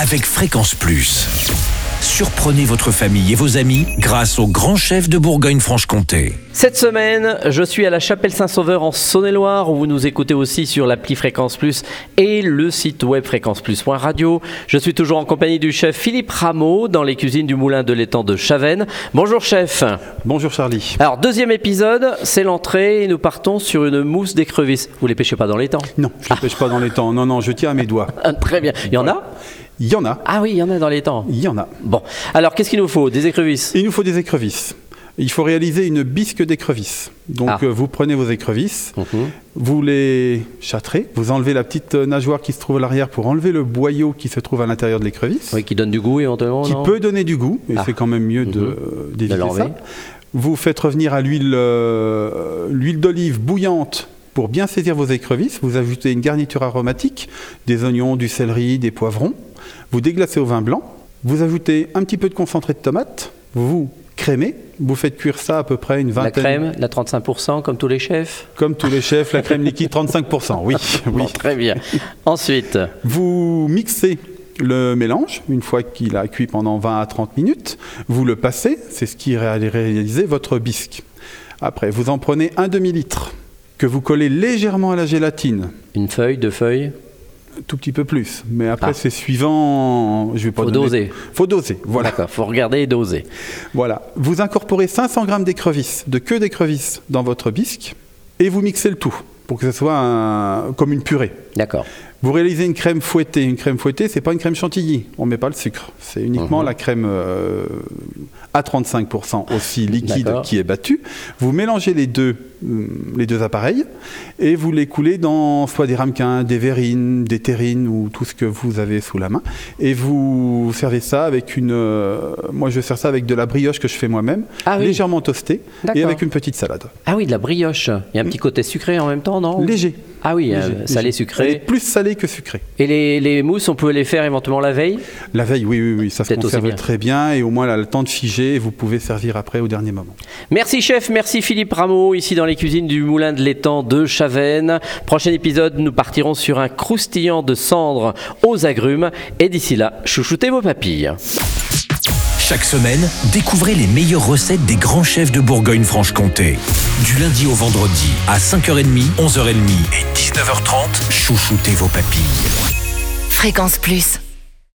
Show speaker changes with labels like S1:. S1: avec Fréquence Plus. Surprenez votre famille et vos amis grâce au grand chef de Bourgogne-Franche-Comté.
S2: Cette semaine, je suis à la Chapelle Saint-Sauveur en Saône-et-Loire, où vous nous écoutez aussi sur l'appli Fréquence Plus et le site web fréquenceplus.radio. Je suis toujours en compagnie du chef Philippe Rameau dans les cuisines du Moulin de l'étang de Chavennes. Bonjour chef.
S3: Bonjour Charlie.
S2: Alors, deuxième épisode, c'est l'entrée et nous partons sur une mousse d'écrevisse. Vous les pêchez pas dans l'étang
S3: Non, je ne pêche pas dans les temps. Non, non, je tiens à mes doigts.
S2: Ah, Très bien. Il y en a
S3: Il y en a.
S2: Ah oui, il y en a dans l'étang.
S3: Il y en a.
S2: Bon, alors qu'est-ce qu'il nous faut Des écrevisses
S3: Il nous faut des écrevisses. Il faut réaliser une bisque d'écrevisses. Donc
S2: Ah.
S3: euh, vous prenez vos écrevisses, vous les châtrez, vous enlevez la petite euh, nageoire qui se trouve à l'arrière pour enlever le boyau qui se trouve à l'intérieur de l'écrevisse,
S2: Oui, qui donne du goût éventuellement.
S3: qui
S2: non
S3: peut donner du goût, et
S2: Ah.
S3: c'est quand même mieux de-
S2: Mhm.
S3: euh, d'éviter
S2: De l'enlever.
S3: ça. Vous faites revenir à l'huile euh, l'huile d'olive bouillante pour bien saisir vos écrevisses. Vous ajoutez une garniture aromatique, des oignons, du céleri, des poivrons. Vous déglacez au vin blanc. Vous ajoutez un petit peu de concentré de tomate. Vous crémez. Vous faites cuire ça à peu près une
S2: La
S3: vingtaine.
S2: crème, la 35%, comme tous les chefs.
S3: Comme tous les chefs, la crème liquide 35%. Oui, oui.
S2: Bon, très bien. Ensuite,
S3: Vous mixez le mélange, une fois qu'il a cuit pendant 20 à 30 minutes, vous le passez, c'est ce qui ré- réaliser votre bisque. Après, vous en prenez un demi-litre, que vous collez légèrement à la gélatine,
S2: une feuille, deux feuilles.
S3: un tout petit peu plus, mais après
S2: Ah.
S3: c'est suivant... Je vais pas
S2: Faut
S3: donner-
S2: doser.
S3: Faut doser, voilà.
S2: D'accord, faut regarder et doser.
S3: voilà. Vous incorporez 500 grammes d'écrevisses, de queue d'écrevisses dans votre bisque, et vous mixez le tout, pour que ce soit un- comme une purée.
S2: D'accord.
S3: Vous réalisez une crème fouettée. Une crème fouettée, c'est pas une crème chantilly. On met pas le sucre. C'est
S2: Mhm.
S3: uniquement la crème euh, à 35% aussi liquide
S2: D'accord.
S3: qui est battue. Vous mélangez les deux, hum, les deux appareils et vous les coulez dans soit des ramequins, des verrines, des terrines ou tout ce que vous avez sous la main. Et vous servez ça avec une. euh, moi, je sers ça avec de la brioche que je fais moi-même,
S2: Ah oui.
S3: légèrement toastée et
S2: D'accord.
S3: avec une petite salade.
S2: Ah oui, de la brioche. Il y a un petit côté sucré en même temps, non
S3: Léger.
S2: Ah oui, euh,
S3: Léger,
S2: salé,
S3: léger. Elle est
S2: sucré.
S3: plus salée que sucrée.
S2: Et les, les mousses, on peut les faire éventuellement la veille
S3: La veille, oui, oui, oui, ça se
S2: Peut-être aussi
S3: conserve
S2: bien.
S3: très bien et au moins elle a le temps de figer et vous pouvez servir après au dernier moment.
S2: Merci chef, merci Philippe Rameau, ici dans les cuisines du Moulin de l'étang de Chavennes. Prochain épisode, nous partirons sur un croustillant de cendres aux agrumes. Et d'ici là, chouchoutez vos papilles.
S1: Chaque semaine, découvrez les meilleures recettes des grands chefs de Bourgogne-Franche-Comté. Du lundi au vendredi, à 5h30, 11h30 et 19h30, chouchoutez vos papilles.
S4: Fréquence Plus.